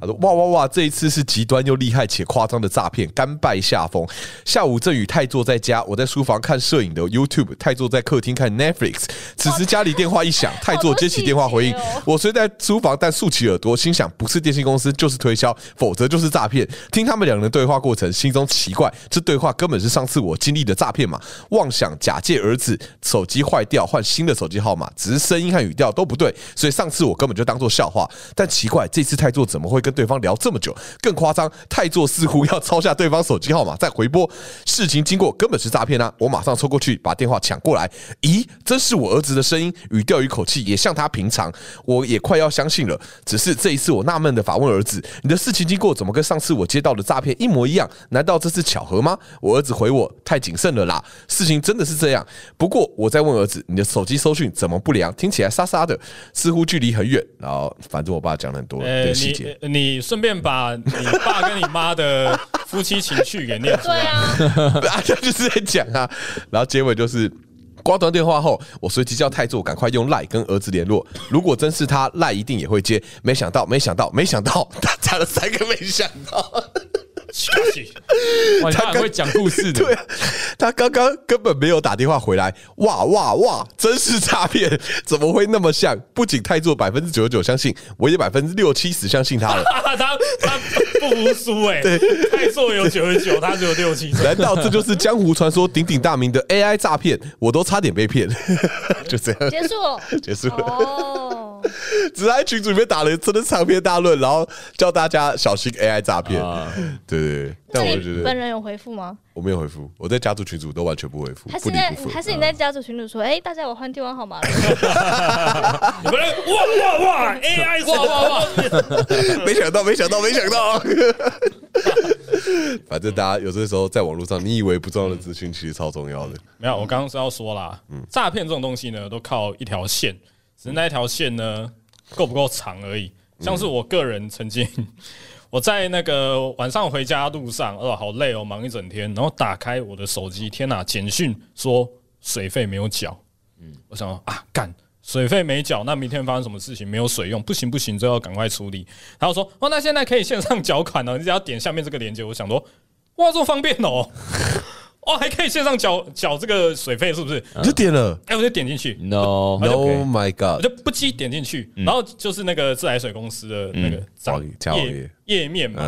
[SPEAKER 1] 他说：“哇哇哇！这一次是极端又厉害且夸张的诈骗，甘拜下风。下午正宇太坐在家，我在书房看摄影的 YouTube，太坐在客厅看 Netflix。此时家里电话一响，太坐接起电话回应
[SPEAKER 2] 好多细节哦。
[SPEAKER 1] 我虽在书房，但竖起耳朵，心想：不是电信公司就是推销，否则就是诈骗。听他们两人对话过程，心中奇怪，这对话根本是上次我经历的诈骗嘛？妄想假借儿子手机坏掉换新的手机号码，只是声音和语调都不对，所以上次我根本就当做笑话。但奇怪，这次泰座怎么会跟对方聊这么久？更夸张，泰座似乎要抄下对方手机号码再回拨。事情经过根本是诈骗啊！我马上冲过去把电话抢过来，咦，真是我儿子的声音，语调与口气也像他平常，我也快要相信了。只是这一次我纳闷的反问儿子：“你的事情经过怎么跟上次我接到的诈骗一模一样？难道这是巧合吗？”我儿子回我：“太谨慎了啦，事情真的是这样。”不过我在问儿子：“你的手机搜讯怎么不良？听起来沙沙的，似乎距离很远。”然后反正我爸讲了很多这
[SPEAKER 4] 呃，
[SPEAKER 1] 个细节。
[SPEAKER 4] 你你顺便把你爸跟你妈的夫妻情趣给念出
[SPEAKER 2] 对
[SPEAKER 4] 来。
[SPEAKER 2] 啊，
[SPEAKER 1] 大家就是在讲啊，然后结尾就是。挂断电话后，我随即叫泰座赶快用赖跟儿子联络。如果真是他，赖一定也会接。没想到，没想到，没想到，他加了三个没想 到。
[SPEAKER 4] 恭喜
[SPEAKER 3] 哇，你爸很会讲故事的。
[SPEAKER 1] 对啊，他刚刚根本没有打电话回来。哇哇哇！真是诈骗，怎么会那么像？不仅泰座百分之九十九相信，我也百分之六七十相信他 了。
[SPEAKER 4] 啊，他他不服输哎，泰硕有九十九，他只有六七成。
[SPEAKER 1] 难道这就是江湖传说鼎鼎大名的 AI 诈骗？我都差点被骗， 就这样。
[SPEAKER 2] 结束
[SPEAKER 1] 结束了
[SPEAKER 2] 哦，
[SPEAKER 1] 只在群组里面打了真的长篇大论，然后叫大家小心 AI 诈骗。
[SPEAKER 3] 啊
[SPEAKER 1] 对对对，
[SPEAKER 2] 那
[SPEAKER 1] 但我就觉
[SPEAKER 2] 你
[SPEAKER 1] 得
[SPEAKER 2] 本人有回复吗？
[SPEAKER 1] 我没有回复，我在家族群组都完全不回复
[SPEAKER 2] 还，是
[SPEAKER 1] 不嗯
[SPEAKER 2] 你
[SPEAKER 1] 理
[SPEAKER 2] 在
[SPEAKER 1] 不
[SPEAKER 2] 还是
[SPEAKER 1] 复。
[SPEAKER 2] 你在家族群主说，哎，大家我换电话号码了，
[SPEAKER 4] 你们哇哇哇，AI 哇哇哇，
[SPEAKER 1] 没想到，没想到，没想到。 反正大家有的时候在网络上，你以为不重要的资讯，其实超重要的。
[SPEAKER 4] 没有，我刚刚是要说啦，诈骗这种东西呢，都靠一条线，只是那一条线呢够不够长而已。像是我个人曾经， 我在那个晚上回家路上，哦，好累哦，忙一整天，然后打开我的手机，天哪、简讯说水费没有缴，我想说啊，干。水费没缴，那明天发生什么事情没有水用，不行不行，这要赶快处理。然后说哦，那现在可以线上缴款了、哦你只要点下面这个链接。我想说，哇，这么方便哦，哦，还可以线上缴缴这个水费，是不是？
[SPEAKER 1] 你就点了
[SPEAKER 4] 哎、我就点进去，
[SPEAKER 3] 嗯 No
[SPEAKER 1] ，Oh
[SPEAKER 3] No，
[SPEAKER 1] my
[SPEAKER 4] 我
[SPEAKER 1] God！
[SPEAKER 4] 嗯就不羁点进去，然后就是那个自来水公司的那个账
[SPEAKER 1] 网加网
[SPEAKER 4] 页
[SPEAKER 1] 页
[SPEAKER 4] 页面嘛，
[SPEAKER 1] 嗯，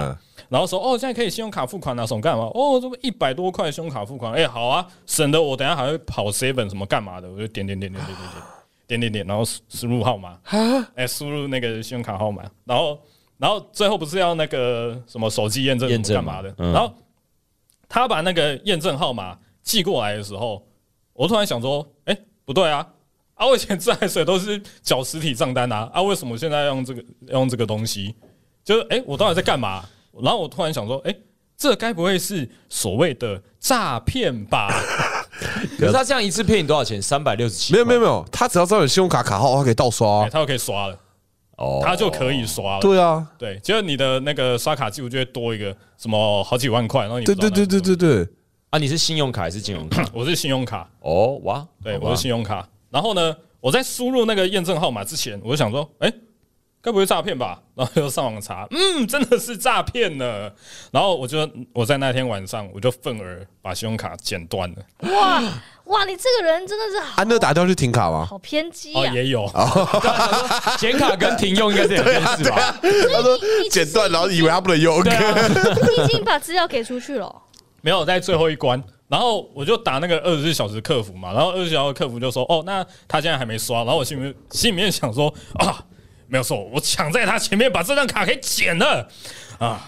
[SPEAKER 4] 然后说哦，现在可以信用卡付款啊，什么干嘛？哦，这不一百多块信用卡付款，哎、好啊，省得我等一下还会跑 seven 什么干嘛的，我就点点点点点点点点点点，然后输输入号码，哎、输入那个信用卡号码，然后然后最后不是要那个什么手机验证
[SPEAKER 3] 验证
[SPEAKER 4] 干嘛的
[SPEAKER 3] 嘛，嗯
[SPEAKER 4] 然后他把那个验证号码寄过来的时候，我突然想说，哎、不对啊。啊，我以前自来水都是缴实体账单啊，啊， 为什么现在要用这个要用这个东西？就是哎、诶我到底在干嘛？然后我突然想说，哎、这该不会是所谓的诈骗吧？
[SPEAKER 3] 可是他这样一次骗你多少钱？三百六十七。
[SPEAKER 1] 没有没有没有，他只要知道有信用卡卡号，他可以盗刷
[SPEAKER 4] 哎
[SPEAKER 1] 啊。
[SPEAKER 4] 他就可以刷了，
[SPEAKER 3] 哦
[SPEAKER 4] 他就可以刷了。
[SPEAKER 1] 对啊，
[SPEAKER 4] 对，就是你的那个刷卡记录就会多一个什么好几万块，然后你不
[SPEAKER 1] 对
[SPEAKER 4] 知
[SPEAKER 1] 对
[SPEAKER 4] 道那是
[SPEAKER 1] 对对对对，
[SPEAKER 3] 啊，你是信用卡还是金 融卡？
[SPEAKER 4] 什么，我是信用卡，
[SPEAKER 3] 哦哇，
[SPEAKER 4] 对，
[SPEAKER 3] 好吧
[SPEAKER 4] 我是信用卡。然后呢，我在输入那个验证号码之前，我就想说，哎、该不会诈骗吧？然后就上网查， 嗯，真的是诈骗呢。然后我就我在那天晚上，我就愤而把信用卡剪断了。
[SPEAKER 2] 哇哇，你这个人真的是好
[SPEAKER 1] 安乐打掉去停卡吗？
[SPEAKER 2] 好偏激
[SPEAKER 4] 哦
[SPEAKER 2] 啊，！
[SPEAKER 4] 也有，
[SPEAKER 3] 剪卡跟停用应该是 两件
[SPEAKER 1] 啊
[SPEAKER 3] 事吧？
[SPEAKER 1] 他说剪断，然后以为他不能用。
[SPEAKER 4] 啊
[SPEAKER 2] 你已经把资料给出去了，
[SPEAKER 4] 没有在最后一关。然后我就打那个二十四小时客服嘛，然后二十四小时客服就说：“哦，那他现在还没刷。”然后我心里面心里面想说：“啊，没有错，我抢在他前面把这张卡给剪了啊！”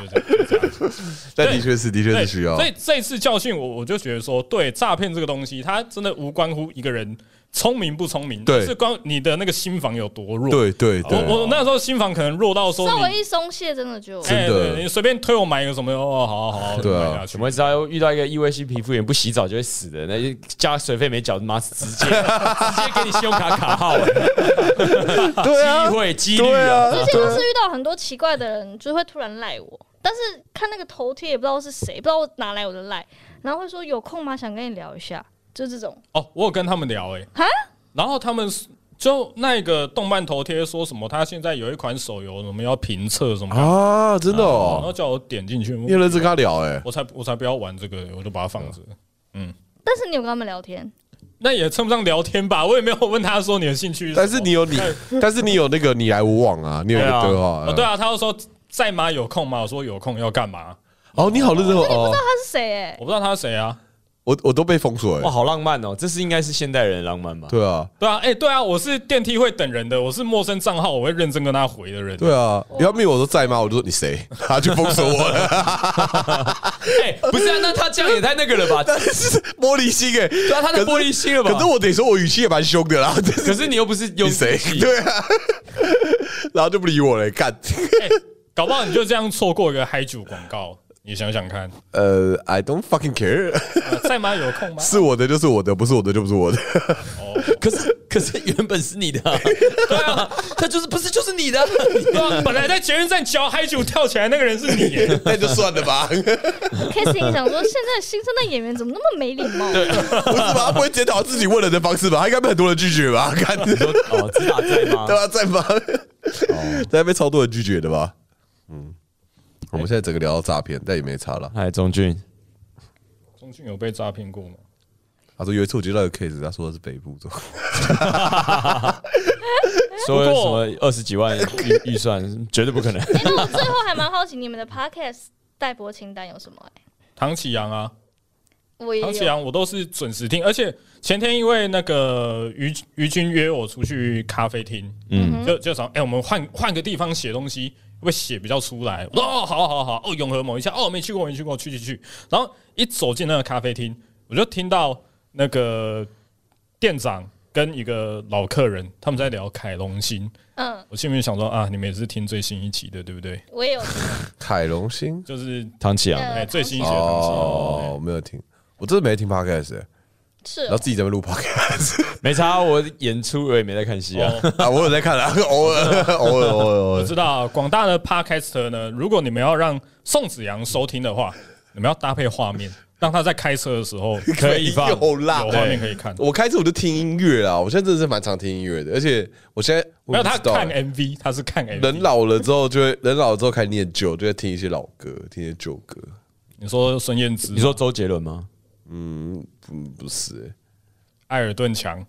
[SPEAKER 4] 对，就这样，就这样。
[SPEAKER 1] 但的确是，的 确
[SPEAKER 4] 对，
[SPEAKER 1] 是需要
[SPEAKER 4] 啊所。以这一次教训我，我就觉得说，对诈骗这个东西，它真的无关乎一个人聪明不聪明，
[SPEAKER 1] 对
[SPEAKER 4] 是关乎你的那个心房有多弱。
[SPEAKER 1] 对对
[SPEAKER 4] 我
[SPEAKER 1] 对，
[SPEAKER 4] 我那时候心房可能弱到说
[SPEAKER 2] 稍微
[SPEAKER 4] 你，哎
[SPEAKER 2] 一松懈，真的就
[SPEAKER 1] 真的
[SPEAKER 4] 对你随便推我买一个什么，哦，好好好，
[SPEAKER 1] 对啊
[SPEAKER 4] 就买下去
[SPEAKER 3] 怎么会知道遇到一个异味性皮肤炎不洗澡就会死的？那就加水费没缴，妈直 接直接给你信用卡卡号，啊
[SPEAKER 1] 对啊
[SPEAKER 3] 机，会几率
[SPEAKER 1] 对啊
[SPEAKER 3] 啊！
[SPEAKER 2] 最近就是遇到很多奇怪的人，就会突然赖我，但是看那个头贴也不知道是谁，不知道我哪来我的赖，然后会说有空吗？想跟你聊一下，就这种。
[SPEAKER 4] 哦，我有跟他们聊哎、
[SPEAKER 2] 哈
[SPEAKER 4] 然后他们是就那个动漫头贴说什么，他现在有一款手游什么要评测什么，
[SPEAKER 1] 啊，真的
[SPEAKER 4] 然后
[SPEAKER 1] 哦，
[SPEAKER 4] 叫我点进去，
[SPEAKER 1] 你有认真跟他聊哎，
[SPEAKER 4] 我才我才不要玩这个，我就把它放着。
[SPEAKER 1] 嗯
[SPEAKER 2] 但是你有跟他们聊天，
[SPEAKER 4] 那也称不上聊天吧，我也没有问他说你的兴趣什么
[SPEAKER 1] 但是你有你，但是你有那个你来我往啊，你有一个对话
[SPEAKER 4] 哦，对啊，他又说在吗？有空吗？我说有空要干嘛？
[SPEAKER 1] 哦，你好认真哦哦，
[SPEAKER 2] 他是谁、欸？
[SPEAKER 4] 我不知道他是谁啊。
[SPEAKER 1] 我我都被封锁
[SPEAKER 3] 哇，
[SPEAKER 1] 哎，
[SPEAKER 3] 好浪漫哦！这是应该是现代人的浪漫吧？
[SPEAKER 1] 对啊
[SPEAKER 4] 对啊，哎、对啊，我是电梯会等人的，我是陌生账号，我会认真跟他回的人。
[SPEAKER 1] 对啊，你要命我都在吗？我就说你谁，他就封锁我了，
[SPEAKER 3] 哎，不是啊，那他这样也太那个了吧？
[SPEAKER 1] 但是玻璃心哎，
[SPEAKER 3] 对啊，他
[SPEAKER 1] 可
[SPEAKER 3] 的
[SPEAKER 1] 是
[SPEAKER 3] 玻璃心了吧？
[SPEAKER 1] 可是我得说，我语气也蛮凶的啦，这是
[SPEAKER 3] 可是你又不是用
[SPEAKER 1] 你谁？对啊， 然后就不理我了，干，
[SPEAKER 4] 哎搞不好你就这样错过一个嗨酒广告，你想想看，
[SPEAKER 1] 呃，I don't fucking care，
[SPEAKER 4] 呃在吗？有空 吗？
[SPEAKER 1] 是我的就是我的，不是我的就不是我的，
[SPEAKER 4] 哦，
[SPEAKER 3] 可是可是原本是你的啊，对啊，他就是不是就是你的啊，
[SPEAKER 4] 对啊，本来在捷运站嚼嗨酒跳起来那个人是你耶，
[SPEAKER 1] 那就算了吧，不是
[SPEAKER 2] k i s s i n 想说，现在新生代演员怎么那么没礼貌？
[SPEAKER 1] 吧？他不会检讨自己问人的方式吧？他应该被很多人拒绝 吧？干，对
[SPEAKER 3] 你说 哦，自打在吗？
[SPEAKER 1] 吧？在吗？在被超多人拒绝的吧？哦嗯，我们现在整个聊到诈骗，但也没差了。
[SPEAKER 3] 哎，钟俊，
[SPEAKER 4] 钟俊有被诈骗过吗？
[SPEAKER 1] 他说有一次我接到一个 case，他说的是北部的，
[SPEAKER 3] 说
[SPEAKER 4] 不
[SPEAKER 3] 什
[SPEAKER 4] 过
[SPEAKER 3] 么二十几万预预算，绝对不 可能。
[SPEAKER 2] 哎、那我最后还蛮好奇，你们的 podcast 待播清单有什么、欸？
[SPEAKER 4] 唐启阳啊，
[SPEAKER 2] 我也
[SPEAKER 4] 唐启
[SPEAKER 2] 有，
[SPEAKER 4] 阳我都是准时听，而且前天因为那个于于军约我出去咖啡厅，嗯，就就想，哎、我们换换个地方写东西，会不会写比较出来。我说哦，好好好，哦，永和某一下，哦，没去过，没去过，去去去。然后一走进那个咖啡厅，我就听到那个店长跟一个老客人他们在聊凯龙星，
[SPEAKER 2] 嗯，
[SPEAKER 4] 我心里面想说啊，你们也是听最新一期的，对不对？
[SPEAKER 2] 我也有。
[SPEAKER 1] 凯龙星
[SPEAKER 4] 就是
[SPEAKER 3] 唐启阳，
[SPEAKER 4] 哎、
[SPEAKER 2] 呃
[SPEAKER 4] 最新一期的东西。
[SPEAKER 1] 哦，没有听，我真的没听 podcast，欸
[SPEAKER 2] 是
[SPEAKER 1] 然后自己在那边录 podcast。
[SPEAKER 3] 没差，我演出我也没在看戏啊。
[SPEAKER 1] 啊，我有在看啊，偶尔偶尔偶尔偶
[SPEAKER 4] 我
[SPEAKER 1] 尔。
[SPEAKER 4] 知道广大的 podcaster 呢，如果你们要让宋子阳收听的话，你们要搭配画面，让他在开车的时候
[SPEAKER 3] 可以放
[SPEAKER 1] 有啦
[SPEAKER 4] 有，画面可以看。
[SPEAKER 1] 我开车我就听音乐啦，我现在真的是蛮常听音乐的，而且我现在
[SPEAKER 4] 没
[SPEAKER 1] 我
[SPEAKER 4] 有，他
[SPEAKER 1] 也不知道
[SPEAKER 4] 看 MV，他是看 MV。
[SPEAKER 1] 人老了之后就会，人老了之后开始念旧，就会听一些老歌，听一些旧歌。
[SPEAKER 4] 你说孙燕姿，
[SPEAKER 3] 你说周杰伦吗？
[SPEAKER 1] 嗯，不是、欸，
[SPEAKER 4] 艾尔顿强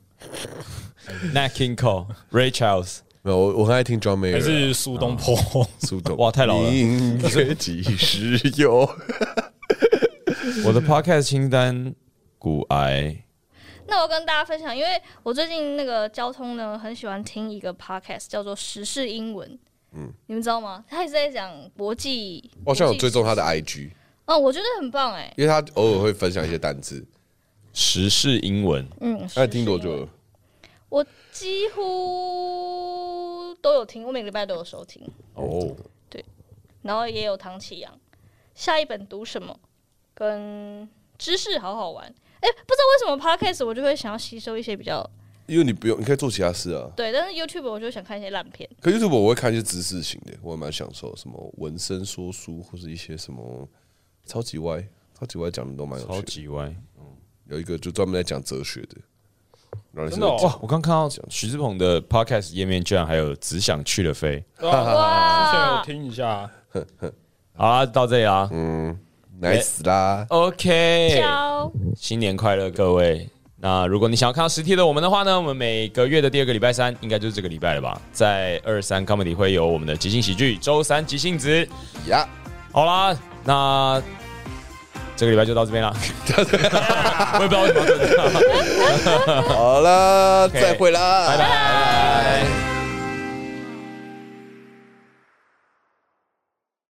[SPEAKER 3] Nat King Cole、Ray Charles，
[SPEAKER 1] 没有，我我很爱听 John Mayer，
[SPEAKER 4] 还是苏东坡？
[SPEAKER 1] 苏东？
[SPEAKER 3] 哇太老了
[SPEAKER 1] 音乐几时有？
[SPEAKER 3] 我的 Podcast 清单，骨癌
[SPEAKER 2] 那我跟大家分享，因为我最近那个交通呢，很喜欢听一个 podcast 叫做《时事英文》。嗯，你们知道吗？他一直在讲国际，
[SPEAKER 1] 我好哦像有
[SPEAKER 2] 国际
[SPEAKER 1] 追踪他的 IG，
[SPEAKER 2] 哦，我觉得很棒哎、
[SPEAKER 1] 因为他偶尔会分享一些单字。
[SPEAKER 3] 时事英文，
[SPEAKER 2] 嗯，
[SPEAKER 1] 那你
[SPEAKER 2] 时
[SPEAKER 1] 听
[SPEAKER 2] 事
[SPEAKER 1] 多
[SPEAKER 2] 英文
[SPEAKER 1] 久了？
[SPEAKER 2] 我几乎都有听，我每个礼拜都有收听，
[SPEAKER 1] 哦，
[SPEAKER 2] 然后也有唐启阳。下一本读什么？跟知识好好玩。哎、不知道为什么 podcast 我就会想要吸收一些比较
[SPEAKER 1] 因为你不用，你可以做其他事啊。
[SPEAKER 2] 对，但是 YouTube 我就想看一些烂片。
[SPEAKER 1] 可 YouTube 我会看一些知识型的，我还蛮享受什么纹身说书，或是一些什么超级歪、超级歪讲的都蛮有
[SPEAKER 3] 超
[SPEAKER 1] 趣的。
[SPEAKER 3] 级歪。
[SPEAKER 1] 有一个就专门在讲哲学的，然后你
[SPEAKER 4] 真的哦
[SPEAKER 3] 哇！我刚看到徐志鹏的 podcast 页面居然还有只想去了飞。
[SPEAKER 1] 啊
[SPEAKER 4] 之前
[SPEAKER 2] 哇
[SPEAKER 4] 有，听一下，
[SPEAKER 3] 好啊，到这里啊。
[SPEAKER 1] 奶死啦！
[SPEAKER 3] OK，
[SPEAKER 2] 交
[SPEAKER 3] 新年快乐，各位。那如果你想要看到实体的我们的话呢，我们每个月的第二个礼拜三，应该就是这个礼拜了吧，在二三 comedy 会有我们的即兴喜剧，周三即兴子。
[SPEAKER 1] 呀，
[SPEAKER 3] 好啦，那这个礼拜就到这边啦。 我 也不知道为什么要这样，
[SPEAKER 1] 好啦，
[SPEAKER 3] OK
[SPEAKER 1] 再会啦，
[SPEAKER 3] 拜拜。